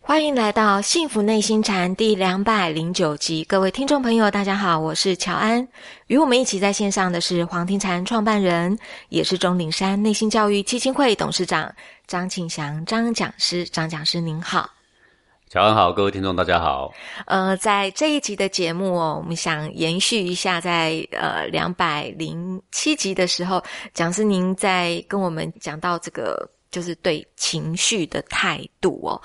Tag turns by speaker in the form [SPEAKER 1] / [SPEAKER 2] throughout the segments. [SPEAKER 1] 欢迎来到《幸福内心禅》第两百零九集，各位听众朋友，大家好，我是乔安。与我们一起在线上的是黄庭禅创办人，也是钟鼎山内心教育基金会董事长张庆祥张讲师。张讲师您好，
[SPEAKER 2] 乔安好，各位听众大家好。
[SPEAKER 1] 呃，在这一集的节目哦，我们想延续一下在呃两百零七集的时候，讲师您在跟我们讲到这个。就是对情绪的态度哦，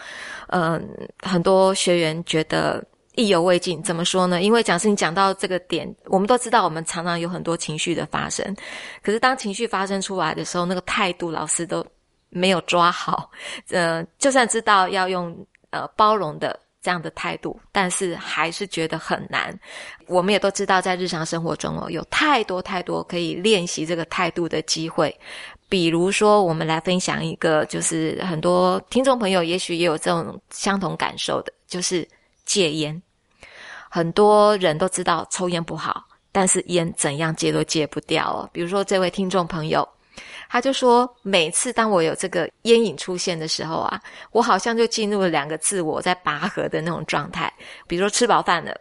[SPEAKER 1] 嗯，很多学员觉得意犹未尽。怎么说呢？因为讲师你讲到这个点，我们都知道，我们常常有很多情绪的发生，可是当情绪发生出来的时候，那个态度老师都没有抓好。呃，就算知道要用呃包容的。这样的态度，但是还是觉得很难。我们也都知道，在日常生活中哦，有太多太多可以练习这个态度的机会。比如说，我们来分享一个，就是很多听众朋友也许也有这种相同感受的，就是戒烟。很多人都知道抽烟不好，但是烟怎样戒都戒不掉哦。比如说，这位听众朋友。他就说，每次当我有这个烟瘾出现的时候啊，我好像就进入了两个自我在拔河的那种状态。比如说吃饱饭了，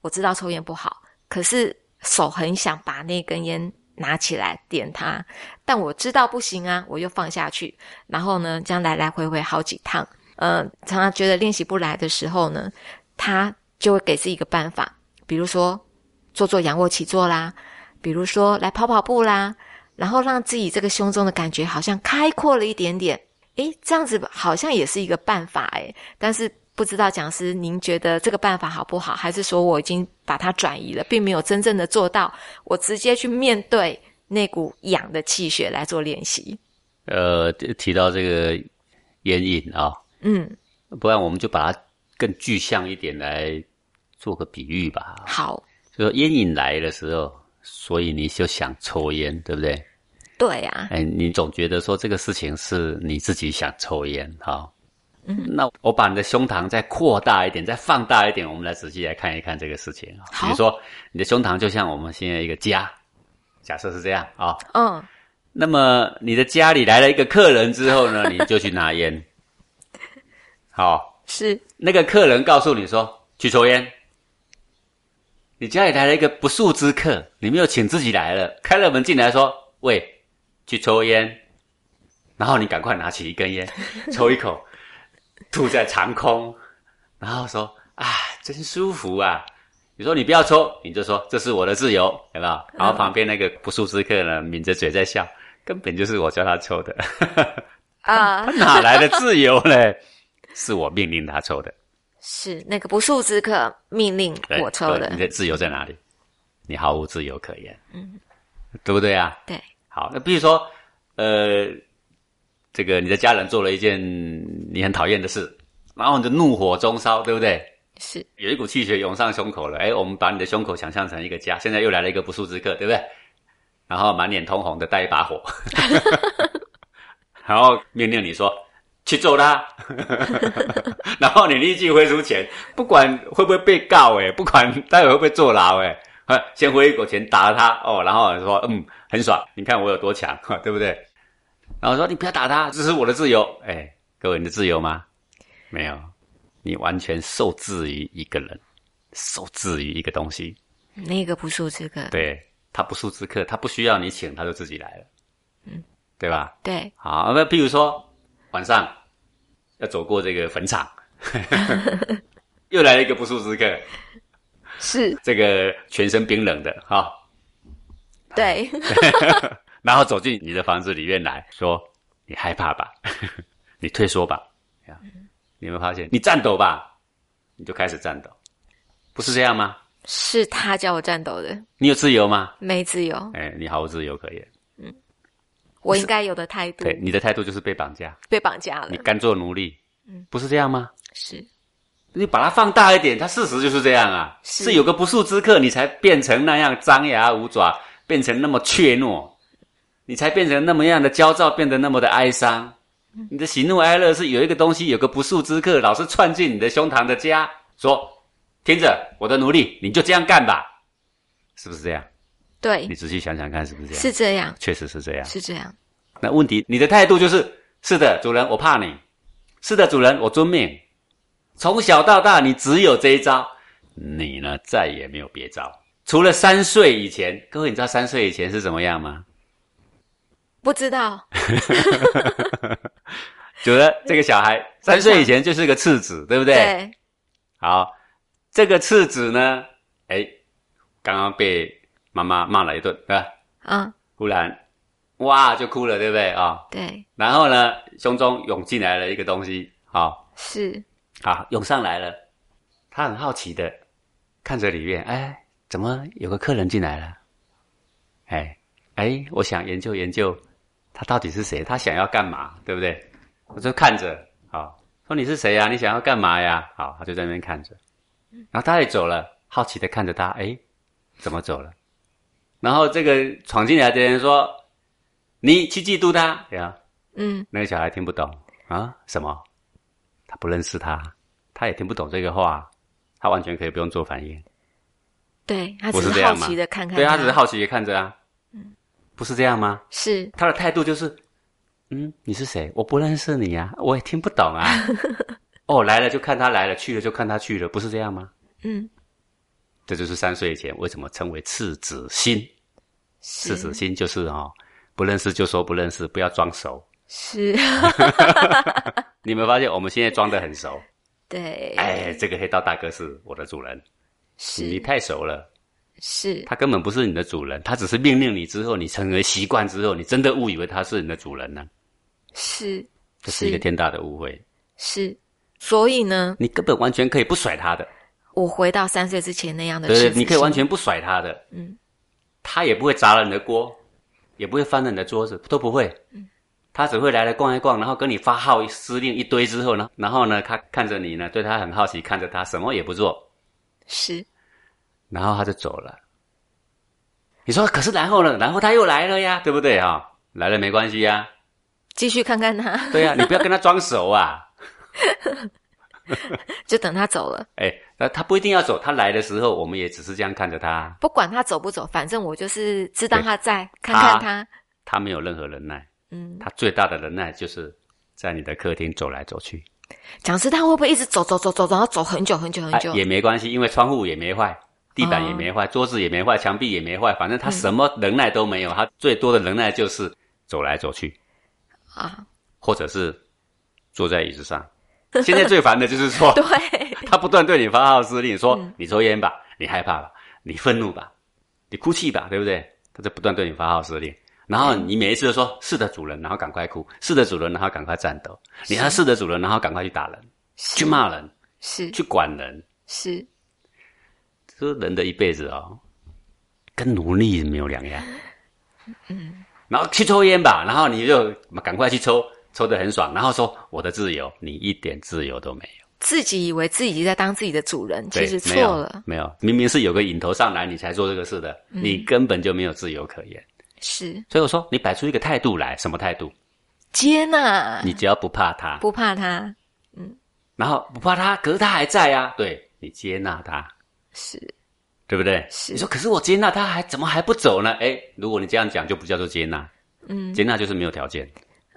[SPEAKER 1] 我知道抽烟不好，可是手很想把那根烟拿起来点它，但我知道不行啊，我又放下去。然后呢，这样来来回回好几趟。呃，常常觉得练习不来的时候呢，他就会给自己一个办法，比如说做做仰卧起坐啦，比如说来跑跑步啦。然后让自己这个胸中的感觉好像开阔了一点点，诶，这样子好像也是一个办法诶，但是不知道讲师您觉得这个办法好不好？还是说我已经把它转移了，并没有真正的做到，我直接去面对那股痒的气血来做练习？
[SPEAKER 2] 呃，提到这个烟瘾啊、哦，
[SPEAKER 1] 嗯，
[SPEAKER 2] 不然我们就把它更具象一点来做个比喻吧。
[SPEAKER 1] 好，
[SPEAKER 2] 就说烟瘾来的时候。所以你就想抽烟，对不对？
[SPEAKER 1] 对呀、啊。
[SPEAKER 2] 哎，你总觉得说这个事情是你自己想抽烟，好。
[SPEAKER 1] 嗯。
[SPEAKER 2] 那我把你的胸膛再扩大一点，再放大一点，我们来仔细来看一看这个事情啊。比如说，你的胸膛就像我们现在一个家，假设是这样啊。
[SPEAKER 1] 嗯。
[SPEAKER 2] 那么你的家里来了一个客人之后呢，你就去拿烟。好。
[SPEAKER 1] 是。
[SPEAKER 2] 那个客人告诉你说去抽烟。你家里来了一个不速之客，你没有请自己来了，开了门进来说：“喂，去抽烟。”然后你赶快拿起一根烟，抽一口，吐在长空，然后说：“啊，真舒服啊！”你说你不要抽，你就说：“这是我的自由，有没有？”然后旁边那个不速之客呢，抿着嘴在笑，根本就是我叫他抽的
[SPEAKER 1] 啊！
[SPEAKER 2] 他哪来的自由嘞？是我命令他抽的。
[SPEAKER 1] 是那个不速之客命令我抽的，
[SPEAKER 2] 你的自由在哪里？你毫无自由可言，
[SPEAKER 1] 嗯，
[SPEAKER 2] 对不对啊？
[SPEAKER 1] 对。
[SPEAKER 2] 好，那比如说，呃，这个你的家人做了一件你很讨厌的事，然后你就怒火中烧，对不对？
[SPEAKER 1] 是。
[SPEAKER 2] 有一股气血涌上胸口了，哎，我们把你的胸口想象成一个家，现在又来了一个不速之客，对不对？然后满脸通红的带一把火， 然后命令你说。去揍他， 然后你立即挥出钱，不管会不会被告哎、欸，不管待会会不会坐牢哎、欸，先挥一口钱打他哦，然后说嗯很爽，你看我有多强， 对不对？然后说你不要打他，这是我的自由哎、欸，各位你的自由吗？没有，你完全受制于一个人，受制于一个东西。
[SPEAKER 1] 那个不速之客，
[SPEAKER 2] 对他不速之客，他不需要你请，他就自己来了，
[SPEAKER 1] 嗯，
[SPEAKER 2] 对吧？
[SPEAKER 1] 对，
[SPEAKER 2] 好，那譬如说。晚上要走过这个坟场，又来了一个不速之客，
[SPEAKER 1] 是
[SPEAKER 2] 这个全身冰冷的哈。哦、
[SPEAKER 1] 对，
[SPEAKER 2] 然后走进你的房子里面来说：“你害怕吧？ 你退缩吧？你有没有发现？你战斗吧？你就开始战斗，不是这样吗？
[SPEAKER 1] 是他叫我战斗的。
[SPEAKER 2] 你有自由吗？
[SPEAKER 1] 没自由。
[SPEAKER 2] 哎，你毫无自由可言。”
[SPEAKER 1] 我应该有的态度，
[SPEAKER 2] 对你的态度就是被绑架，
[SPEAKER 1] 被绑架了，
[SPEAKER 2] 你甘做奴隶，
[SPEAKER 1] 嗯，
[SPEAKER 2] 不是这样吗？
[SPEAKER 1] 是，
[SPEAKER 2] 你把它放大一点，它事实就是这样啊，
[SPEAKER 1] 是
[SPEAKER 2] 是有个不速之客，你才变成那样张牙舞爪，变成那么怯懦，你才变成那么样的焦躁，变得那么的哀伤。
[SPEAKER 1] 嗯
[SPEAKER 2] 你的喜怒哀乐是有一个东西，有个不速之客，老是窜进你的胸膛的家，说：“听着，我的奴隶，你就这样干吧。”是不是这样？
[SPEAKER 1] 对
[SPEAKER 2] 你，仔细想想看，是不是这样？
[SPEAKER 1] 是这样，
[SPEAKER 2] 确实是这样。
[SPEAKER 1] 是这样，
[SPEAKER 2] 那问题，你的态度就是：是的，主人，我怕你；是的，主人，我遵命；从小到大，你只有这一招，你呢再也没有别招。除了三岁以前，各位你知道三岁以前是怎么样吗？
[SPEAKER 1] 不知道，
[SPEAKER 2] 觉得这个小孩三岁以前就是个次子，对不对？
[SPEAKER 1] 对，
[SPEAKER 2] 好，这个次子呢，哎，刚刚被妈妈骂了一顿，啊，
[SPEAKER 1] 嗯，
[SPEAKER 2] 忽然哇就哭了，对不对啊、
[SPEAKER 1] 对，
[SPEAKER 2] 然后呢，胸中涌进来了一个东西，啊好，
[SPEAKER 1] 是，
[SPEAKER 2] 好涌上来了。他很好奇的看着里面，哎，怎么有个客人进来了？哎哎，我想研究研究他到底是谁，他想要干嘛，对不对？我就看着，好，说你是谁啊呀、你想要干嘛呀？好，他就在那边看着，然后他也走了，好奇的看着他，哎，怎么走了？然后这个闯进来的人说：“你去嫉妒他。”对啊，
[SPEAKER 1] 嗯，
[SPEAKER 2] 那个小孩听不懂啊，什么？他不认识他，他也听不懂这个话，他完全可以不用做反应。
[SPEAKER 1] 对，他
[SPEAKER 2] 不
[SPEAKER 1] 只
[SPEAKER 2] 是这
[SPEAKER 1] 好
[SPEAKER 2] 样吗
[SPEAKER 1] 奇的看看，
[SPEAKER 2] 对啊，他只是，好奇的看着啊，不是这样吗？
[SPEAKER 1] 是，
[SPEAKER 2] 他的态度就是，嗯，你是谁？我不认识你呀、啊，我也听不懂啊。哦，来了就看他来了，去了就看他去了，不是这样吗？
[SPEAKER 1] 嗯，
[SPEAKER 2] 这就是三岁以前为什么称为赤子心。赤
[SPEAKER 1] 是
[SPEAKER 2] 子心就是哦，不认识就说不认识，不要装熟。
[SPEAKER 1] 是，
[SPEAKER 2] 你有没有发现我们现在装得很熟？
[SPEAKER 1] 对，
[SPEAKER 2] 哎，这个黑道大哥是我的主人，你
[SPEAKER 1] 是
[SPEAKER 2] 太熟了，
[SPEAKER 1] 是，
[SPEAKER 2] 他根本不是你的主人，他只是命令你之后，你成为习惯之后，你真的误以为他是你的主人呢、
[SPEAKER 1] 是
[SPEAKER 2] 这是一个
[SPEAKER 1] 是
[SPEAKER 2] 天大的误会，
[SPEAKER 1] 是，所以呢，
[SPEAKER 2] 你根本完全可以不甩他的，
[SPEAKER 1] 我回到三岁之前那样的
[SPEAKER 2] 对不对
[SPEAKER 1] 赤？子
[SPEAKER 2] 你可以
[SPEAKER 1] 心
[SPEAKER 2] 完全不甩他的，
[SPEAKER 1] 嗯，
[SPEAKER 2] 他也不会砸了你的锅，也不会翻了你的桌子，都不会，他只会来来逛一逛，然后跟你发号施令一堆之后呢，然后呢，他看着你呢，对他很好奇，看着他什么也不做，
[SPEAKER 1] 是
[SPEAKER 2] 然后他就走了。你说，可是然后呢？然后他又来了呀，对不对啊、来了没关系呀、
[SPEAKER 1] 继续看看他，
[SPEAKER 2] 对呀、你不要跟他装熟啊。
[SPEAKER 1] 就等他走了，
[SPEAKER 2] 哎，那他不一定要走，他来的时候，我们也只是这样看着他，
[SPEAKER 1] 不管他走不走，反正我就是知道
[SPEAKER 2] 对
[SPEAKER 1] 他在，看看
[SPEAKER 2] 他
[SPEAKER 1] 他，
[SPEAKER 2] 他没有任何忍耐，
[SPEAKER 1] 嗯，
[SPEAKER 2] 他最大的忍耐就是在你的客厅走来走去，
[SPEAKER 1] 讲师他会不会一直走走走走，然后走很久很久
[SPEAKER 2] 哎
[SPEAKER 1] 很久？哦
[SPEAKER 2] 也没关系，因为窗户也没坏，地板也没坏，桌子也没坏，墙壁也没坏，反
[SPEAKER 1] 嗯
[SPEAKER 2] 正他什么能耐都没有，他最多的能耐就是走来走去，
[SPEAKER 1] 啊，
[SPEAKER 2] 或者是坐在椅子上。现 在最烦的就是说，
[SPEAKER 1] 对，
[SPEAKER 2] 他不断对你发号施令，说你抽烟吧，你害怕吧，你愤怒吧，你哭泣吧，对不对？他就不断对你发号施令，然后你每一次都说是的主人，然后赶快哭；是的主人，然后赶快战斗；你还是的主人，然后赶快去打人、
[SPEAKER 1] 是
[SPEAKER 2] 去骂人、
[SPEAKER 1] 是
[SPEAKER 2] 去管人。
[SPEAKER 1] 是
[SPEAKER 2] 这人的一辈子哦，跟奴隶没有两样。然后去抽烟吧，然后你就赶快去抽，抽得很爽，然后说我的自由，你一点自由都没有。
[SPEAKER 1] 自己以为自己在当自己的主人，其
[SPEAKER 2] 对，
[SPEAKER 1] 实错
[SPEAKER 2] 没有
[SPEAKER 1] 了，嗯
[SPEAKER 2] 没有，明明是有个引头上来，你才做这个事的，你根本就没有自由可言。
[SPEAKER 1] 是
[SPEAKER 2] 所以我说，你摆出一个态度来，什么态度？
[SPEAKER 1] 接纳，
[SPEAKER 2] 你只要不怕他，
[SPEAKER 1] 啊不怕他
[SPEAKER 2] 然后不怕他，可是他还在啊，对你接纳他，
[SPEAKER 1] 是
[SPEAKER 2] 对不对？
[SPEAKER 1] 是
[SPEAKER 2] 你说，可是我接纳他还怎么还不走呢？哎，如果你这样讲，就不叫做接纳。
[SPEAKER 1] 嗯
[SPEAKER 2] 接纳就是没有条件，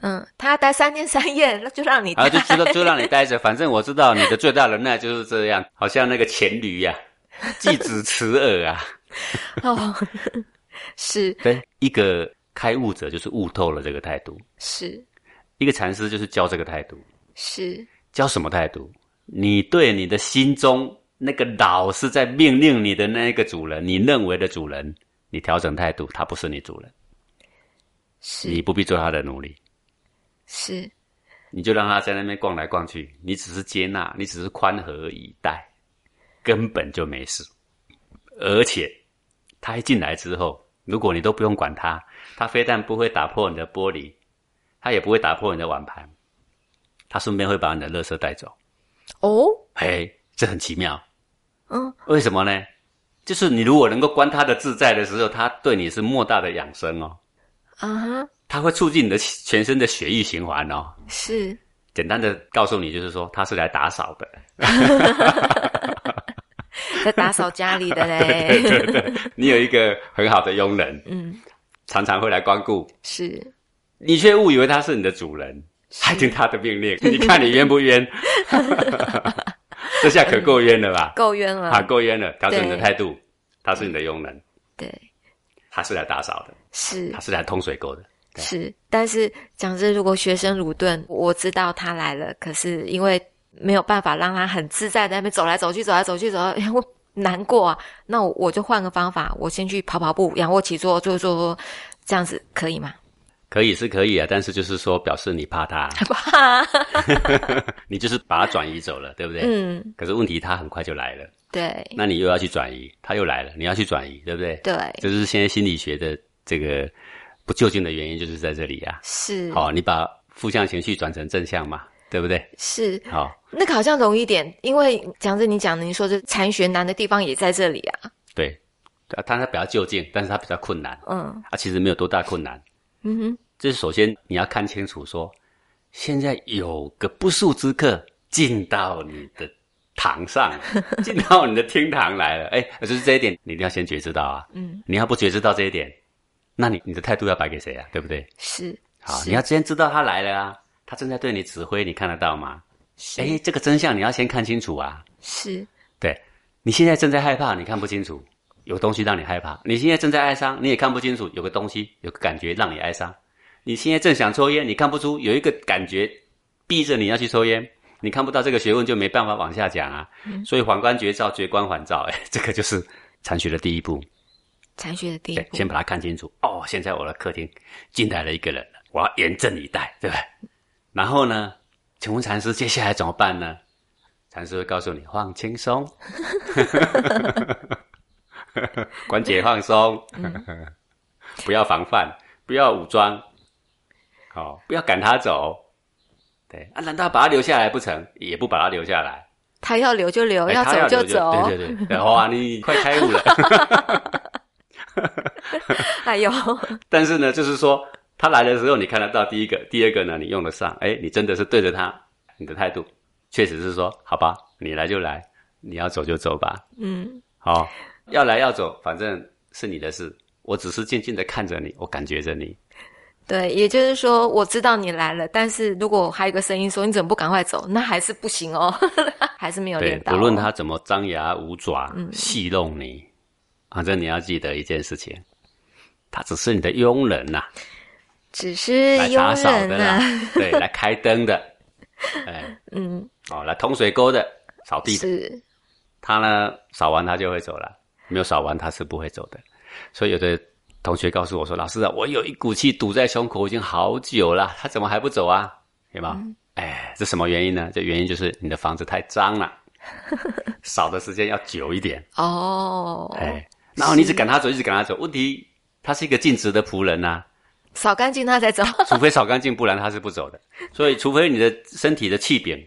[SPEAKER 1] 嗯，他待三天三夜，那就让你
[SPEAKER 2] 然啊后就
[SPEAKER 1] 待
[SPEAKER 2] 知道 就让你待着，反正我知道你的最大能耐就是这样，好像那个黔驴 呀、啊，继子持耳啊。
[SPEAKER 1] 哦， 是
[SPEAKER 2] 对，一个开悟者就是悟透了这个态度，
[SPEAKER 1] 是
[SPEAKER 2] 一个禅师就是教这个态度，
[SPEAKER 1] 是
[SPEAKER 2] 教什么态度？你对你的心中那个老是在命令你的那个主人，你认为的主人，你调整态度，他不是你主人，你
[SPEAKER 1] 是
[SPEAKER 2] 不必做他的奴隶，
[SPEAKER 1] 是
[SPEAKER 2] 你就让他在那边逛来逛去，你只是接纳，你只是宽和以待，根本就没事。而且他一进来之后，如果你都不用管他，他非但不会打破你的玻璃，他也不会打破你的碗盘，他顺便会把你的垃圾带走。
[SPEAKER 1] 哦，
[SPEAKER 2] 嘿，哎这很奇妙。
[SPEAKER 1] 嗯，
[SPEAKER 2] 为什么呢？就是你如果能够观他的自在的时候，他对你是莫大的养生哦，
[SPEAKER 1] 啊哈，
[SPEAKER 2] 他会促进你的全身的血液循环哦。
[SPEAKER 1] 是
[SPEAKER 2] 简单的告诉你，就是说他是来打扫的，
[SPEAKER 1] 在打扫家里的
[SPEAKER 2] 对
[SPEAKER 1] 嘞，
[SPEAKER 2] 对对，你有一个很好的佣人，
[SPEAKER 1] 嗯，
[SPEAKER 2] 常常会来光顾，
[SPEAKER 1] 是
[SPEAKER 2] 你却误以为他是你的主人，还听他的命令，你看你冤不冤？ 这下可够冤了吧？
[SPEAKER 1] 够冤了。
[SPEAKER 2] 啊，够冤了！调整你的
[SPEAKER 1] 嗯对
[SPEAKER 2] 态度，他是你的佣人，
[SPEAKER 1] 对，
[SPEAKER 2] 他是来打扫的，
[SPEAKER 1] 是
[SPEAKER 2] 他是来通水沟的。对
[SPEAKER 1] 是，但是讲真，如果学生鲁顿，我知道他来了，可是因为没有办法让他很自在地在那边走来走去、走来走去、走来，哎我 难过啊。那我我就换个方法，我先去跑跑步，仰卧起坐，做做做，这样子可 以吗？
[SPEAKER 2] 可以是可以啊，但是就是说，表示你怕他，你就是把他转移走了，对不对？
[SPEAKER 1] 嗯，
[SPEAKER 2] 可是问题他很快就来了，
[SPEAKER 1] 对
[SPEAKER 2] 那你又要去转移，他又来了，你要去转移，对不对？
[SPEAKER 1] 对，
[SPEAKER 2] 这就是现在心理学的这个不就近的原因，就是在这里啊。
[SPEAKER 1] 是
[SPEAKER 2] 好、你把负向情绪转成正向嘛，对不对？
[SPEAKER 1] 是，
[SPEAKER 2] 好、
[SPEAKER 1] 那个好像容易一点，因为讲真，你讲的，你说这残学难的地方也在这里啊。
[SPEAKER 2] 对，啊，但它比较就近，但是它比较困难。
[SPEAKER 1] 嗯
[SPEAKER 2] 啊，其实没有多大困难。
[SPEAKER 1] 嗯哼，
[SPEAKER 2] 就是首先你要看清楚说，现在有个不速之客进到你的堂上，进到你的厅堂来了。哎，就是这一点，你一定要先觉知到啊。
[SPEAKER 1] 嗯，
[SPEAKER 2] 你要不觉知到这一点，那你你的态度要摆给谁啊？对不对？
[SPEAKER 1] 是
[SPEAKER 2] 好，
[SPEAKER 1] 是
[SPEAKER 2] 你要先知道他来了啊，他正在对你指挥，你看得到吗？
[SPEAKER 1] 是
[SPEAKER 2] 哎，这个真相你要先看清楚啊。
[SPEAKER 1] 是
[SPEAKER 2] 对你现在正在害怕，你看不清楚，有东西让你害怕；你现在正在哀伤，你也看不清楚，有个东西，有个感觉让你哀伤。你现在正想抽烟，你看不出有一个感觉逼着你要去抽烟，你看不到这个学问就没办法往下讲啊。所以反观觉照，觉观反照，哎，这个就是禅学的第一步。
[SPEAKER 1] 残学的第一
[SPEAKER 2] 对，
[SPEAKER 1] 步
[SPEAKER 2] 先把它看清楚。哦，现在我的客厅进来了一个人了，我要严阵以待，对不对？然后呢，请问禅师接下来怎么办呢？禅师会告诉你放轻松， 关节放松，
[SPEAKER 1] 嗯
[SPEAKER 2] 不要防范，不要武装，好、不要赶他走。对啊，难道把他留下来不成？也不把他留下来，
[SPEAKER 1] 他要留就留，
[SPEAKER 2] 哎
[SPEAKER 1] 哦要
[SPEAKER 2] 他
[SPEAKER 1] 走
[SPEAKER 2] 留
[SPEAKER 1] 走。
[SPEAKER 2] 对对对，哇，你快开悟了。
[SPEAKER 1] 哎呦，
[SPEAKER 2] 但是呢，就是说他来的时候，你看得到第一个，第二个呢，你用得上，哎，你真的是对着他，你的态度确实是说，好吧，你来就来，你要走就走吧，
[SPEAKER 1] 嗯，
[SPEAKER 2] 好、要来要走，反正是你的事，我只是静静的看着你，我感觉着你，
[SPEAKER 1] 对，也就是说，我知道你来了，但是如果还有一个声音说你怎么不赶快走，那还是不行哦， 还是没有
[SPEAKER 2] 对
[SPEAKER 1] 练，到、
[SPEAKER 2] 不论
[SPEAKER 1] 哦嗯
[SPEAKER 2] 他怎么张牙舞爪、戏弄你，反正你要记得一件事情，他只是你的佣人呐、
[SPEAKER 1] 只是
[SPEAKER 2] 来
[SPEAKER 1] 佣
[SPEAKER 2] 打扫的
[SPEAKER 1] 人
[SPEAKER 2] 啦
[SPEAKER 1] 啊，，
[SPEAKER 2] 对，来开灯的，哎，
[SPEAKER 1] 嗯，
[SPEAKER 2] 哦，来通水沟的，扫地的。
[SPEAKER 1] 是
[SPEAKER 2] 他呢扫完他就会走了，没有扫完他是不会走的。所以有的同学告诉我说：“老师啊，我有一股气堵在胸口已经好久了，他怎么还不走啊？”有吗？哎，这什么原因呢？这原因就是你的房子太脏了，扫的时间要久一点。
[SPEAKER 1] 哦，
[SPEAKER 2] 哎，然后你一直赶他走，一直赶他走，问题他是一个尽职的仆人呐、啊
[SPEAKER 1] 扫干净他才 走，
[SPEAKER 2] 除非扫干净，不然他是不走的。所以，除非你的身体的气禀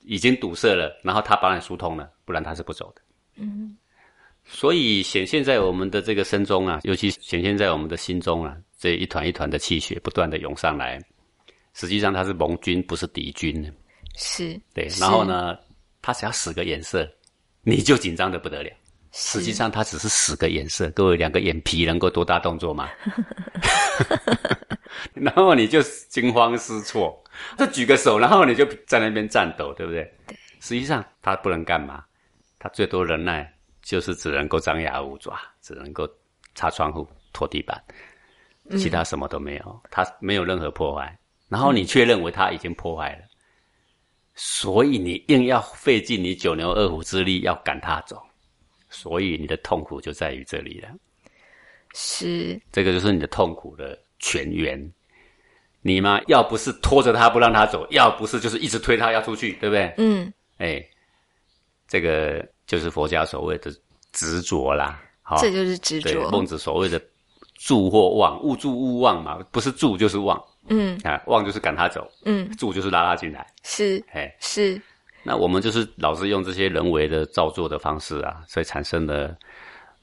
[SPEAKER 2] 已经堵塞了，然后他把你疏通了，不然他是不走的。嗯。所以显现在我们的这个身中啊，尤其显现在我们的心中啊，这一团一团的气血不断的涌上来，实际上它是盟军，不是敌军。
[SPEAKER 1] 是
[SPEAKER 2] 对，
[SPEAKER 1] 是
[SPEAKER 2] 然后呢，他只要使个眼色，你就紧张的不得了。实际上，他只是使个眼色，各位两个眼皮能够多大动作吗？ 然后你就惊慌失措，就举个手，然后你就在那边颤抖，对不对？对。实际上，他不能干嘛，他最多忍耐就是只能够张牙舞爪，只能够擦窗户、拖地板，其他什么都没有，他没有任何破坏。然后你却认为他已经破坏了，所以你硬要费尽你九牛二虎之力要赶他走，所以你的痛苦就在于这里了。
[SPEAKER 1] 是
[SPEAKER 2] 这个就是你的痛苦的泉源。你嘛，要不是拖着他不让他走，要不是就是一直推他要出去，对不对？
[SPEAKER 1] 嗯
[SPEAKER 2] 哎，这个就是佛家所谓的执着啦。好、
[SPEAKER 1] 这就是执
[SPEAKER 2] 啊对
[SPEAKER 1] 着，
[SPEAKER 2] 孟子所谓的住或妄，勿住勿妄嘛，不是住就是妄
[SPEAKER 1] 嗯
[SPEAKER 2] 啊，妄就是赶他走，
[SPEAKER 1] 嗯，
[SPEAKER 2] 住就是拉他进来，
[SPEAKER 1] 是
[SPEAKER 2] 哎，
[SPEAKER 1] 是
[SPEAKER 2] 那我们就是老是用这些人为的造作的方式啊，所以产生了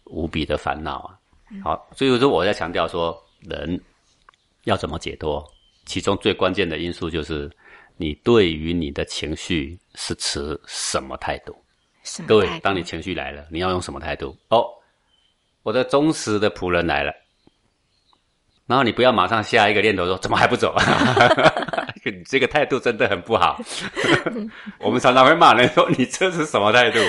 [SPEAKER 2] 无比的烦恼啊。好，所以说我在强调说，人要怎么解脱，其中最关键的因素就是你对于你的情绪是持什么态度。
[SPEAKER 1] 什么
[SPEAKER 2] 各位
[SPEAKER 1] 态，度
[SPEAKER 2] 当你情绪来了，你要用什么态度？哦，我的忠实的仆人来了，然后你不要马上下一个念头说怎么还不走， 你这个态度真的很不 好。我们常常会骂人说你这是什么态度？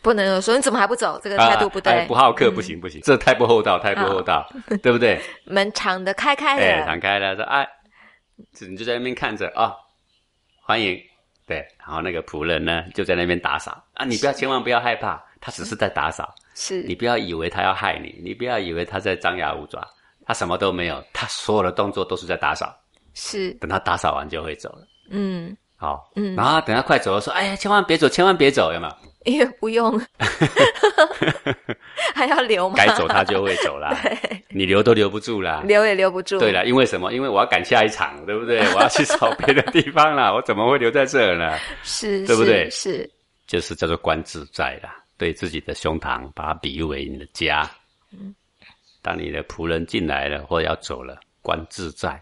[SPEAKER 1] 不能说你怎么还不走， 这个态度不对。嗯啊
[SPEAKER 2] 啊哎不好客，不行不行，这太不厚道，太不厚道，对 不对？
[SPEAKER 1] 门敞的开开的，
[SPEAKER 2] 哎，敞开了说哎，你就在那边看着啊、欢迎。对，然后那个仆人呢就在那边打扫啊，你不要千万不要害怕，他只是在打扫，
[SPEAKER 1] 是
[SPEAKER 2] 你不要以为他要害你，你不要以为他在张牙舞爪，他什么都没有，他所有的动作都是在打扫，
[SPEAKER 1] 是，
[SPEAKER 2] 等他打扫完就会走了。
[SPEAKER 1] 嗯，
[SPEAKER 2] 好，
[SPEAKER 1] 嗯
[SPEAKER 2] 然后等他快走的时候，哎呀，千万别走，千万别走，有 没有？
[SPEAKER 1] 因为不 用，还要留吗？
[SPEAKER 2] 该走他就会走啦，你留都留不住 啦。
[SPEAKER 1] 留也留不住。
[SPEAKER 2] 对啦，因为什么？因为我要赶下一场，对 不对？我要去找别的地方啦，我怎么会留在这儿呢？
[SPEAKER 1] 是，
[SPEAKER 2] 对不
[SPEAKER 1] 是
[SPEAKER 2] 对
[SPEAKER 1] 是，
[SPEAKER 2] 就是叫做观自在啦，对自己的胸膛，把它比喻为你的家。
[SPEAKER 1] 嗯
[SPEAKER 2] 当你的仆人进来了或要走了，观自在，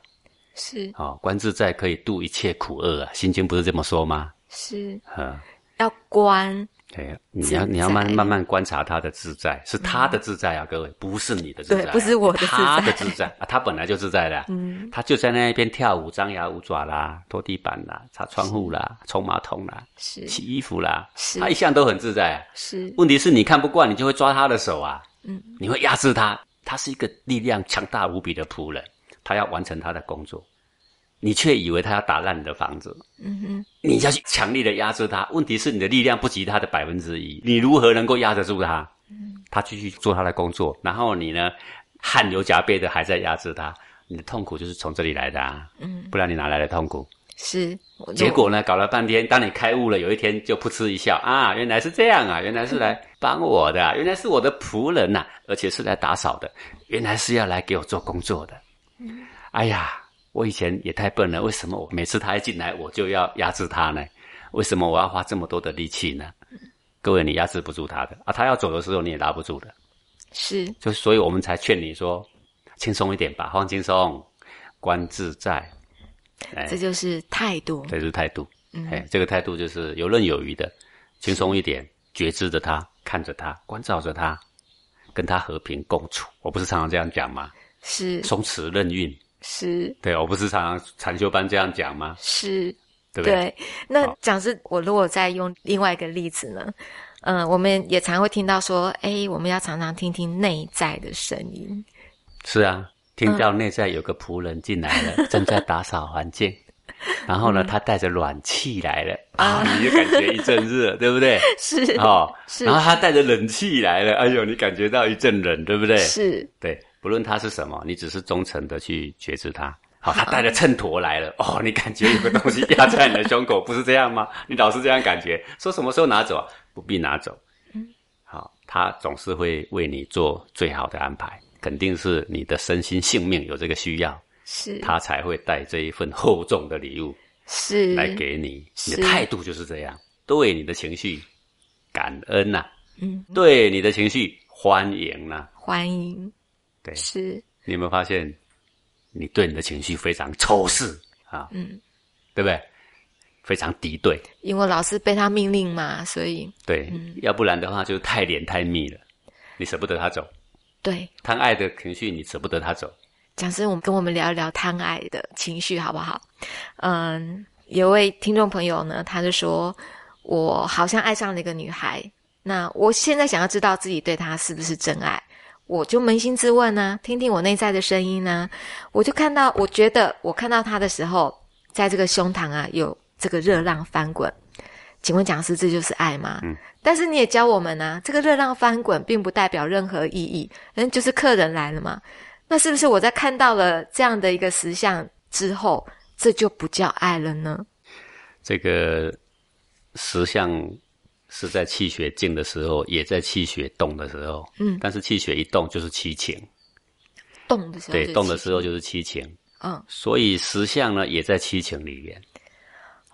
[SPEAKER 1] 是，
[SPEAKER 2] 哦，观自在可以度一切苦厄啊，《心经》不是这么说吗？
[SPEAKER 1] 是，
[SPEAKER 2] 嗯，
[SPEAKER 1] 要关，
[SPEAKER 2] 对，你要你要
[SPEAKER 1] 自在
[SPEAKER 2] 慢慢慢观察他的自在，是他的自在啊，各位，不是你的自在
[SPEAKER 1] 对
[SPEAKER 2] 啊、
[SPEAKER 1] 不是我的自在嗯
[SPEAKER 2] 他的自在啊，他本来就自在的啊、他就在那边跳舞、张牙舞爪啦、拖地板啦、擦窗户啦、冲马桶啦、
[SPEAKER 1] 是，
[SPEAKER 2] 洗衣服啦，
[SPEAKER 1] 是
[SPEAKER 2] 他一向都很自在、啊。
[SPEAKER 1] 是，
[SPEAKER 2] 问题是你看不惯，你就会抓他的手啊，
[SPEAKER 1] 嗯，
[SPEAKER 2] 你会压制他。他是一个力量强大无比的仆人，他要完成他的工作，你却以为他要打烂你的房子，
[SPEAKER 1] 嗯哼，
[SPEAKER 2] 你要去强力的压制他。问题是你的力量不及他的百分之一，你如何能够压得住他？
[SPEAKER 1] 嗯
[SPEAKER 2] 他继续做他的工作，然后你呢，汗流浃背的还在压制他，你的痛苦就是从这里来的啊，
[SPEAKER 1] 嗯，
[SPEAKER 2] 不然你哪来的痛苦？
[SPEAKER 1] 是。我
[SPEAKER 2] 结果呢，搞了半天，当你开悟了，有一天就噗嗤一笑啊，原来是这样啊，原来是来帮我的啊、原来是我的仆人呐、而且是来打扫的，原来是要来给我做工作的。哎呀，我以前也太笨了，为什么我每次他一进来，我就要压制他呢？为什么我要花这么多的力气呢？各位，你压制不住他的啊，他要走的时候你也拉不住的。
[SPEAKER 1] 是
[SPEAKER 2] 就所以我们才劝你说，轻松一点吧，放轻松，观自在。哎
[SPEAKER 1] 这就是态度，
[SPEAKER 2] 这是态度。哎，这个态度就是游刃有余的，轻松一点，觉知着他，看着他，关照着他，跟他和平共处。我不是常常这样讲吗？
[SPEAKER 1] 是
[SPEAKER 2] 松弛任运，
[SPEAKER 1] 是
[SPEAKER 2] 对我不是常常禅修班这样讲吗？
[SPEAKER 1] 是，
[SPEAKER 2] 对不对？
[SPEAKER 1] 对。那
[SPEAKER 2] 好
[SPEAKER 1] 讲是，我如果再用另外一个例子呢，嗯，我们也常会听到说，哎，我们要常常听听内在的声音，
[SPEAKER 2] 是啊，听到内在有个仆人进来了，正在打扫环境。然后呢，他带着暖气来了啊，你就感觉一阵热，对不对？
[SPEAKER 1] 是
[SPEAKER 2] 哦，
[SPEAKER 1] 是
[SPEAKER 2] 然后他带着冷气来了，哎呦，你感觉到一阵冷，对不对？
[SPEAKER 1] 是
[SPEAKER 2] 对，不论它是什么，你只是忠诚的去觉知它。好，他带着秤砣来了，哦，你感觉有个东西压在你的胸口，不是这样吗？ 你老是这样感觉，说什么时候拿走啊？不必拿走。
[SPEAKER 1] 嗯
[SPEAKER 2] 好，他总是会为你做最好的安排，肯定是你的身心性命有这个需要，
[SPEAKER 1] 是
[SPEAKER 2] 他才会带这一份厚重的礼物
[SPEAKER 1] 是
[SPEAKER 2] 来给你。你
[SPEAKER 1] 嗯是
[SPEAKER 2] 的态度就是这样，对你的情绪感恩呐、
[SPEAKER 1] 嗯，
[SPEAKER 2] 对你的情绪欢迎呐、
[SPEAKER 1] 欢迎，
[SPEAKER 2] 对，
[SPEAKER 1] 是
[SPEAKER 2] 你有没有发现，你对你的情绪非常仇视啊？
[SPEAKER 1] 嗯，
[SPEAKER 2] 对不对？非常敌对，
[SPEAKER 1] 因为老师被他命令嘛，所以
[SPEAKER 2] 对，
[SPEAKER 1] 嗯
[SPEAKER 2] 要不然的话就是太黏太密了，你舍不得他走，
[SPEAKER 1] 对。
[SPEAKER 2] 贪爱的情绪你舍不得他走，
[SPEAKER 1] 讲师，我们跟我们聊一聊贪爱的情绪好不好？嗯，有位听众朋友呢，他就说我好像爱上了一个女孩，那我现在想要知道自己对她是不是真爱，我就扪心自问呢、听听我内在的声音呢、我就看到，我觉得我看到她的时候，在这个胸膛啊有这个热浪翻滚。请问讲师，这就是爱吗？但是你也教我们啊，这个热浪翻滚并不代表任何意义，嗯，就是客人来了嘛，那是不是我在看到了这样的一个实相之后，这就不叫爱了呢？
[SPEAKER 2] 这个实相是在气血静的时候，也在气血动的时候，
[SPEAKER 1] 嗯
[SPEAKER 2] 但是气血一动就是七情，
[SPEAKER 1] 动的时候
[SPEAKER 2] 对，
[SPEAKER 1] 就是
[SPEAKER 2] 动的时候就是七情，
[SPEAKER 1] 嗯，
[SPEAKER 2] 所以实相呢也在七情里面。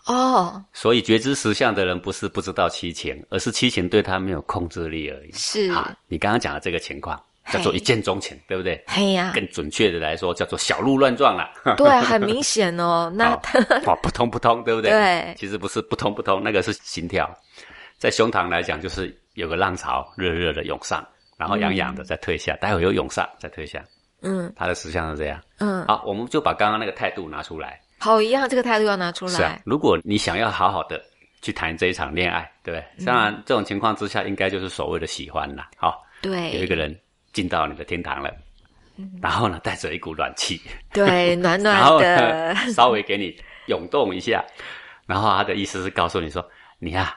[SPEAKER 1] 哦，
[SPEAKER 2] 所以觉知实相的人不是不知道七情，而是七情对他没有控制力而已。
[SPEAKER 1] 是，
[SPEAKER 2] 啊，你刚刚讲的这个情况叫做
[SPEAKER 1] 嘿
[SPEAKER 2] 一见钟情，对不对？
[SPEAKER 1] 嘿呀、
[SPEAKER 2] 更准确的来说，叫做小鹿乱撞啦。
[SPEAKER 1] 对啊，很明显哦。那
[SPEAKER 2] 好哇，扑通扑通，对不对？
[SPEAKER 1] 对
[SPEAKER 2] 其实不是扑通扑通，那个是心跳，在胸膛来讲，就是有个浪潮热热的涌上，然后痒痒的再退下，待会又涌上再退下，
[SPEAKER 1] 嗯
[SPEAKER 2] 它的实相是这样。
[SPEAKER 1] 嗯，
[SPEAKER 2] 好，我们就把刚刚那个态度拿出来，
[SPEAKER 1] 好，一样这个态度要拿出
[SPEAKER 2] 是啊
[SPEAKER 1] 来，，
[SPEAKER 2] 如果你想要好好的去谈这一场恋爱，对不
[SPEAKER 1] 嗯
[SPEAKER 2] 对？当然，这种情况之下，应该就是所谓的喜欢啦。好、有一
[SPEAKER 1] 对
[SPEAKER 2] 个人进到你的天堂了，
[SPEAKER 1] 嗯
[SPEAKER 2] 然后呢，带着一股暖 气，
[SPEAKER 1] 对，暖
[SPEAKER 2] 然后
[SPEAKER 1] 暖
[SPEAKER 2] 呢
[SPEAKER 1] 的，
[SPEAKER 2] 稍微给你涌动一下，然后他的意思是告诉你说，你啊，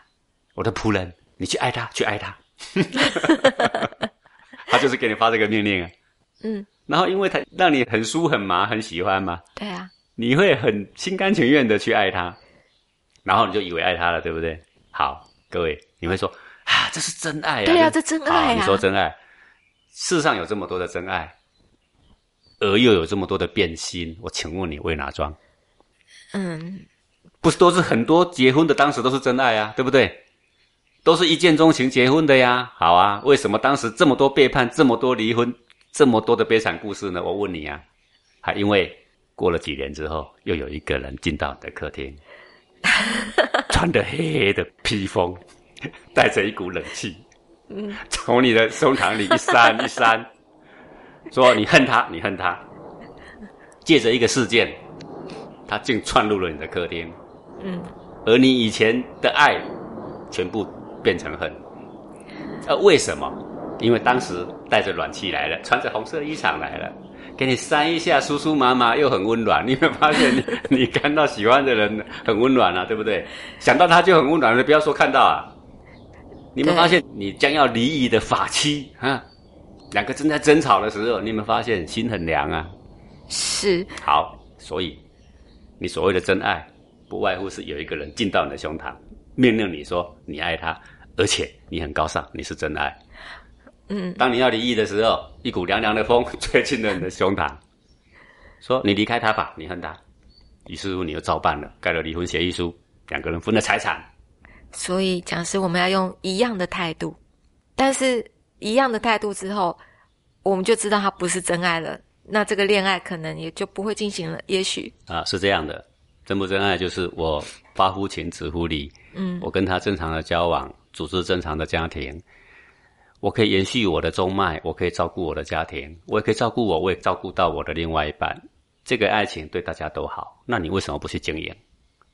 [SPEAKER 2] 我的仆人，你去爱他，去 爱他， 他就是给你发这个命令啊。
[SPEAKER 1] 嗯，
[SPEAKER 2] 然后因为他让你很舒很麻很喜欢嘛，
[SPEAKER 1] 对啊，
[SPEAKER 2] 你会很心甘情愿的去爱他，然后你就以为爱他了，对不对？好，各位，你会说啊，这是真爱啊！
[SPEAKER 1] 对啊
[SPEAKER 2] 是
[SPEAKER 1] 这真爱啊
[SPEAKER 2] 好你说真爱，世上有这么多的真爱，而又有这么多的变心，我请问你为哪桩？
[SPEAKER 1] 嗯，
[SPEAKER 2] 不是都是很多结婚的当时都是真爱啊，对不对？都是一见钟情结婚的呀。好啊，为什么当时这么多背叛、这么多离婚、这么多的悲惨故事呢？我问你啊，还因为过了几年之后，又有一个人进到你的客厅，穿着黑黑的披风，带着一股冷气，从你的胸膛里一扇一扇，说你恨他，你恨他，借着一个事件，他竟窜入了你的客厅，
[SPEAKER 1] 嗯，
[SPEAKER 2] 而你以前的爱全部变成恨。呃，为什么？因为当时带着暖气来了，穿着红色衣裳来了，给你扇一下，舒舒麻麻又很温暖。你有没有发现你，你看到喜欢的人很温暖啊，对不对？想到他就很温暖了，不要说看到啊。你有没有
[SPEAKER 1] 对
[SPEAKER 2] 发现，你将要离异的法妻啊，两个正在争吵的时候，你有没有发现心很凉啊？
[SPEAKER 1] 是，
[SPEAKER 2] 好，所以你所谓的真爱，不外乎是有一个人进到你的胸膛，命令你说你爱他，而且你很高尚，你是真爱。
[SPEAKER 1] 嗯，
[SPEAKER 2] 当你要离异的时候，一股凉凉的风吹进了你的胸膛，说你离开他吧，你恨他。于是乎，你又照办了，盖了离婚协议书，两个人分了财产。
[SPEAKER 1] 所以讲师我们要用一样的态度，但是一样的态度之后，我们就知道他不是真爱了，那这个恋爱可能也就不会进行了，也许，
[SPEAKER 2] 啊，是这样的，真不真爱就是我发乎情，止乎礼。嗯，我跟他正常的交往，组织正常的家庭，我可以延续我的中脉，我可以照顾我的家庭，我也可以照顾我，我也照顾到我的另外一半。这个爱情对大家都好，那你为什么不去经营？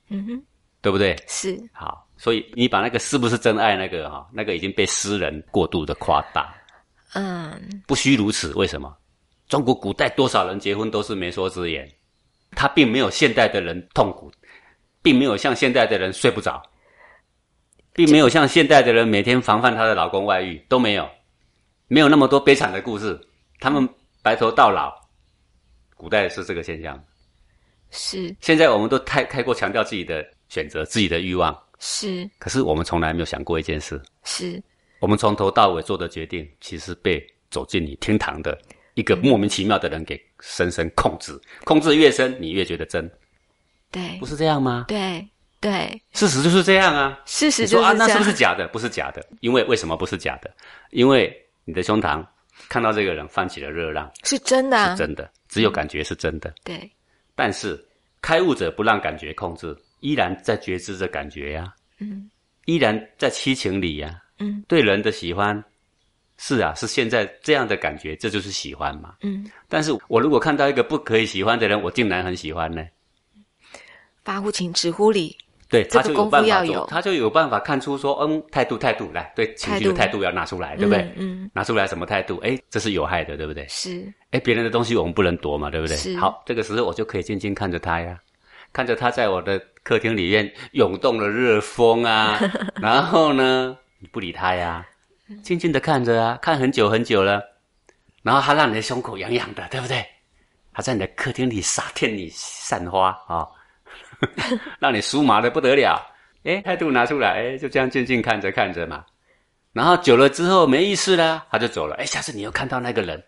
[SPEAKER 1] 嗯哼，
[SPEAKER 2] 对不对？
[SPEAKER 1] 是，
[SPEAKER 2] 好，所以你把那个是不是真爱那个哈、那个已经被诗人过度的夸大，
[SPEAKER 1] 嗯，
[SPEAKER 2] 不须如此。为什么？中国古代多少人结婚都是媒妁之言，他并没有现代的人痛苦，并没有像现代的人睡不着，并没有像现代的人每天防范她的老公外遇，都没有，没有那么多悲惨的故事。他们白头到老，古代是这个现象。
[SPEAKER 1] 是
[SPEAKER 2] 现在我们都太太过强调自己的选择、自己的欲望，
[SPEAKER 1] 是
[SPEAKER 2] 可是我们从来没有想过一件事：
[SPEAKER 1] 是，
[SPEAKER 2] 我们从头到尾做的决定，其实被走进你天堂的一个莫名其妙的人给深深控制，控制越深，你越觉得真，
[SPEAKER 1] 对
[SPEAKER 2] 不，是这样吗？
[SPEAKER 1] 对对，
[SPEAKER 2] 事实就是这样啊。
[SPEAKER 1] 事
[SPEAKER 2] 你
[SPEAKER 1] 实就
[SPEAKER 2] 说啊，
[SPEAKER 1] 是
[SPEAKER 2] 那
[SPEAKER 1] 这
[SPEAKER 2] 是
[SPEAKER 1] 样
[SPEAKER 2] 不，是假的？不是假的，因为为什么不是假的？因为你的胸膛看到这个人泛起了热浪，
[SPEAKER 1] 是真的、啊，
[SPEAKER 2] 是真的，只有感觉是真的。
[SPEAKER 1] 对，
[SPEAKER 2] 但是开悟者不让感觉控制，依然在觉知着感觉呀、
[SPEAKER 1] 嗯
[SPEAKER 2] 依然在七情里呀、
[SPEAKER 1] 嗯
[SPEAKER 2] 对人的喜欢，是啊，是现在这样的感觉，这就是喜欢嘛。
[SPEAKER 1] 嗯，
[SPEAKER 2] 但是我如果看到一个不可以喜欢的人，我竟然很喜欢呢？
[SPEAKER 1] 发乎情，止乎礼，
[SPEAKER 2] 对，
[SPEAKER 1] 这
[SPEAKER 2] 他
[SPEAKER 1] 个
[SPEAKER 2] 就有
[SPEAKER 1] 功夫
[SPEAKER 2] 办法
[SPEAKER 1] 要
[SPEAKER 2] 做，
[SPEAKER 1] 有
[SPEAKER 2] 他就有办法看出说，嗯，态度态度来，对情绪的态
[SPEAKER 1] 态度
[SPEAKER 2] 度要拿出来，对不对？
[SPEAKER 1] 嗯嗯
[SPEAKER 2] 拿出来什么态度？哎，这是有害的，对不对？
[SPEAKER 1] 是，
[SPEAKER 2] 哎，别人的东西我们不能夺嘛，对不对？
[SPEAKER 1] 是
[SPEAKER 2] 好，这个时候我就可以静静看着他呀，看着他在我的客厅里面涌动的热风啊，然后呢，你不理他呀，静静的看着啊，看很久很久了，然后他让你的胸口痒痒的，对不对？他在你的客厅里撒天里散花啊、让你酥麻的不得了。哎，态度拿出来，哎，就这样静静看着看着嘛。然后久了之后没意思啦，他就走了。哎，下次你又看到那个人，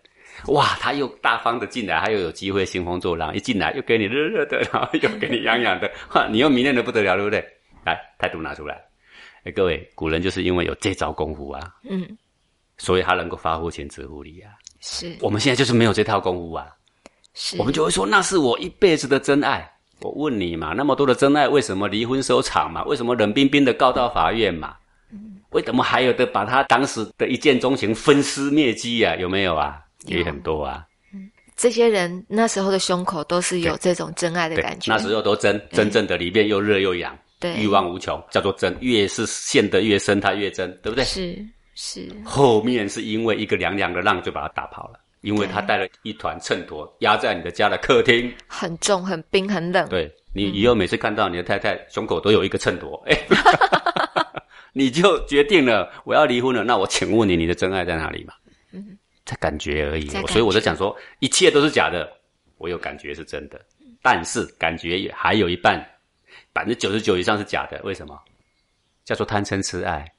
[SPEAKER 2] 哇，他又大方的进来，他又有机会兴风作浪，一进来又给你热热的，然后又给你痒痒的， 哇，你又迷恋的不得了，对不对？来，态度拿出来。哎，各位，古人就是因为有这招功夫啊，
[SPEAKER 1] 嗯
[SPEAKER 2] 所以他能够发乎情，止乎礼啊。
[SPEAKER 1] 是
[SPEAKER 2] 我们现在就是没有这套功夫啊，
[SPEAKER 1] 是，
[SPEAKER 2] 我们就会说那是我一辈子的真爱。我问你嘛，那么多的真爱，为什么离婚收场嘛？为什么冷冰冰的告到法院嘛？为什么还有的把他当时的一见钟情分尸灭迹啊？有没有啊？
[SPEAKER 1] 有
[SPEAKER 2] 也很多啊。
[SPEAKER 1] 这些人那时候的胸口都是有这种真爱的
[SPEAKER 2] 对
[SPEAKER 1] 感，觉。
[SPEAKER 2] 那时候都真真正的里面又热又痒，
[SPEAKER 1] 对
[SPEAKER 2] 欲望无穷，叫做真。越是陷得越深，它越真，对不对？
[SPEAKER 1] 是是，
[SPEAKER 2] 后面是因为一个凉凉的浪就把它打跑了，因为它带了一团秤砣压在你的家的客厅。
[SPEAKER 1] 很重、很冰、很冷。嗯
[SPEAKER 2] 对你以后每次看到你的太太胸口都有一个秤砣，哎， 你就决定了我要离婚了。那我请问你，你的真爱在哪里嘛？嗯，在感觉而已
[SPEAKER 1] 在。感觉
[SPEAKER 2] 所以我在讲说，一切都是假的，我有感觉是真的，但是感觉也还有一半，百分之九十九以上是假的。为什么？叫做贪嗔痴爱。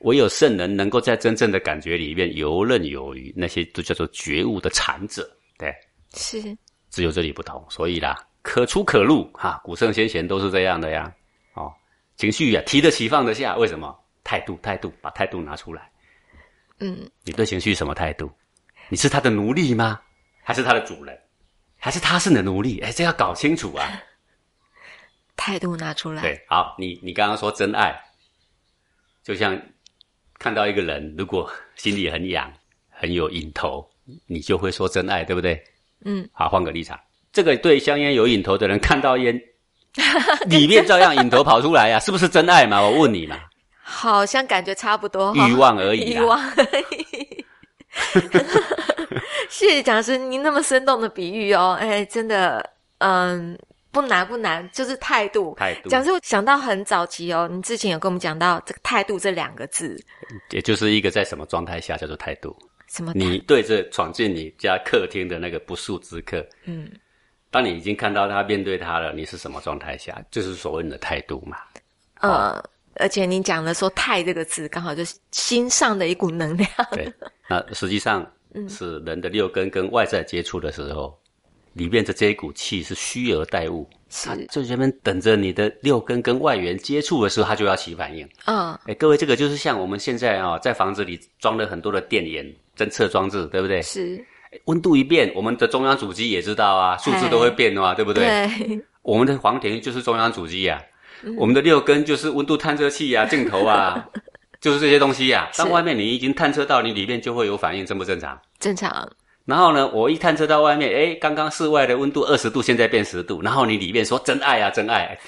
[SPEAKER 2] 唯有圣人能够在真正的感觉里面游刃有余，那些都叫做觉悟的禅者。对，
[SPEAKER 1] 是
[SPEAKER 2] 只有这里不同，所以啦，可出可入哈、古圣先贤都是这样的呀。哦，情绪呀、提得起放得下，为什么？态度，态度，把态度拿出来。
[SPEAKER 1] 嗯，
[SPEAKER 2] 你对情绪什么态度？你是他的奴隶吗？还是他的主人？还是他是你的奴隶？哎，这要搞清楚啊。
[SPEAKER 1] 态度拿出来。
[SPEAKER 2] 对，好，你你刚刚说真爱，就像看到一个人，如果心里很痒，很有瘾头，你就会说真爱，对不对？
[SPEAKER 1] 嗯，
[SPEAKER 2] 好，换个立场，这个对香烟有瘾头的人看 到烟里面照样瘾头跑出来啊呀、是不是真爱嘛？我问你 嘛，
[SPEAKER 1] 好像感觉差不多哈。
[SPEAKER 2] 欲望而已
[SPEAKER 1] 哦欲
[SPEAKER 2] 啦。
[SPEAKER 1] 望 而已。谢谢讲师，您那么生动的比喻哦，哎，真的，嗯，不难不难，就是态度。
[SPEAKER 2] 态度，
[SPEAKER 1] 讲师，我想到很早期哦，你之前有跟我们讲到这个态度这两个字，
[SPEAKER 2] 也就是一个在什么状态下叫做态度。
[SPEAKER 1] 什 么态？
[SPEAKER 2] 你对着闯进你家客厅的那个不速之客，
[SPEAKER 1] 嗯，
[SPEAKER 2] 当你已经看到他面对他了，你是什么状态下？就是所谓你的态度 嘛。哦
[SPEAKER 1] 呃，而且你讲的说“态”这个字，刚好就是心上的一股能量。
[SPEAKER 2] 对，那实际上是人的六根跟外在接触的时候，里面的这一股气是虚而待物，
[SPEAKER 1] 是
[SPEAKER 2] 它就这边等着你的六根跟外缘接触的时候，它就要起反应。
[SPEAKER 1] 嗯，
[SPEAKER 2] 哎，各位，这个就是像我们现在啊、在房子里装了很多的电源侦测装置，对不对？
[SPEAKER 1] 是，
[SPEAKER 2] 诶温度一变，我们的中央主机也知道啊，数字都会变的嘛，对不对？
[SPEAKER 1] 对，
[SPEAKER 2] 我们的黄田就是中央主机呀、
[SPEAKER 1] 嗯
[SPEAKER 2] 我们的六根就是温度探测器呀、镜 头啊，就是这些东西呀、
[SPEAKER 1] 是
[SPEAKER 2] 当外面你已经探测到，你里面就会有反应，正不正常？
[SPEAKER 1] 正常。
[SPEAKER 2] 然后呢，我一探测到外面，哎，刚刚室外的温度二十度，现在变十度。然后你里面说真爱啊，真 爱，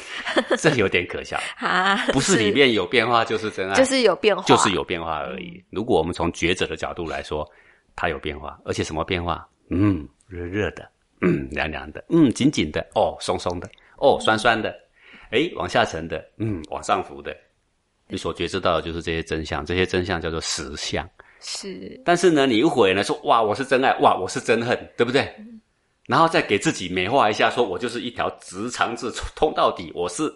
[SPEAKER 2] 这有点可笑。
[SPEAKER 1] 啊，
[SPEAKER 2] 不是里面有变化就是真爱，
[SPEAKER 1] 就是有变化，嗯
[SPEAKER 2] 就是有变化而已。如果我们从觉者的角度来说，它有变化，而且什么变化？嗯，热热的，嗯，凉凉的，嗯，紧紧的，哦，松松的，哦，酸酸的，哎，往下沉的，嗯，往上浮的。你所觉知到的就是这些真相，这些真相叫做实相。
[SPEAKER 1] 是
[SPEAKER 2] 但是呢，你一会呢说哇，我是真爱，哇，我是真恨，对不对？然后再给自己美化一下，说我就是一条直肠子通到底，我是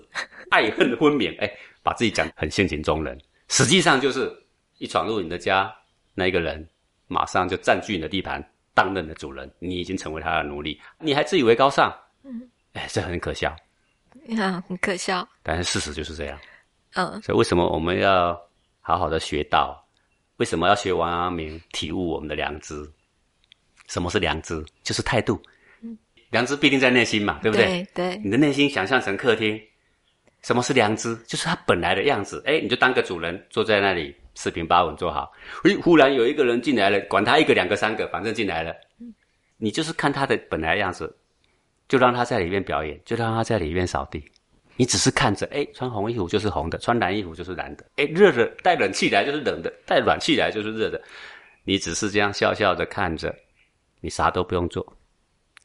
[SPEAKER 2] 爱恨分明。哎，把自己讲得很性情中人，实际上就是一闯入你的家，那一个人马上就占据你的地盘，当任的主人，你已经成为他的奴隶，你还自以为高尚，哎，这很可笑。
[SPEAKER 1] 啊，很可笑。
[SPEAKER 2] 但是事实就是这样。
[SPEAKER 1] 嗯，
[SPEAKER 2] 所以为什么我们要好好的学道？为什么要学王阳明，体悟我们的良知？什么是良知？就是态度。良知必定在内心嘛，对不对？
[SPEAKER 1] 对对，
[SPEAKER 2] 你的内心想象成客厅，什么是良知？就是它本来的样子。哎，你就当个主人，坐在那里四平八稳坐好。哎，忽然有一个人进来了，管他一个、两个、三个，反正进来了，你就是看他的本来样子，就让他在里面表演，就让他在里面扫地。你只是看着，哎，穿红衣服就是红的，穿蓝衣服就是蓝的，哎，热的带冷气来就是冷的，带暖气来就是热的。你只是这样笑笑的看着，你啥都不用做，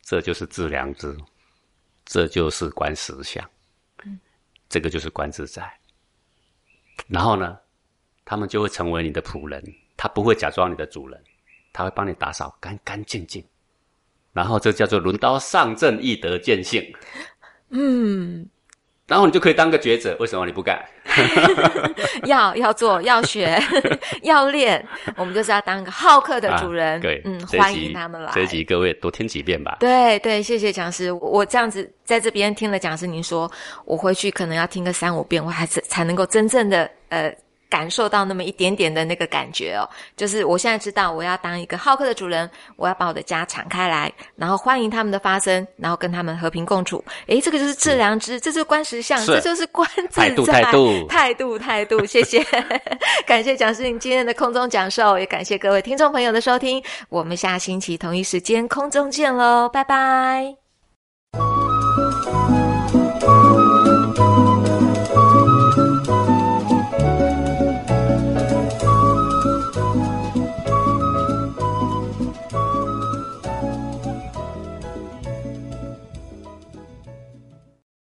[SPEAKER 2] 这就是致良知。这就是观实相，
[SPEAKER 1] 嗯
[SPEAKER 2] 这个就是观自在。然后呢，他们就会成为你的仆人，他不会假装你的主人，他会帮你打扫干干净净。然后这叫做轮刀上阵，易得见性。
[SPEAKER 1] 嗯，
[SPEAKER 2] 然后你就可以当个觉者，为什么你不干？
[SPEAKER 1] 要要做，要学， 要练，我们就是要当个好客的主人
[SPEAKER 2] 啊、。对，
[SPEAKER 1] 嗯，
[SPEAKER 2] 这一集
[SPEAKER 1] 欢迎他们来。
[SPEAKER 2] 这一集各位多听几遍吧。
[SPEAKER 1] 对对，谢谢讲师。我我这样子在这边听了讲师您说，我回去可能要听个三五遍，我还是才能够真正的呃感受到那么一点点的那个感觉哦，就是我现在知道我要当一个好客的主人，我要把我的家敞开来，然后欢迎他们的发生，然后跟他们和平共处。诶，这个就是致良知，这就是观实相，
[SPEAKER 2] 是
[SPEAKER 1] 这就是观自在
[SPEAKER 2] 态度态度
[SPEAKER 1] 态度态度谢谢， 感谢蒋诗颖今天的空中讲授，也感谢各位听众朋友的收听，我们下星期同一时间空中见喽，拜拜。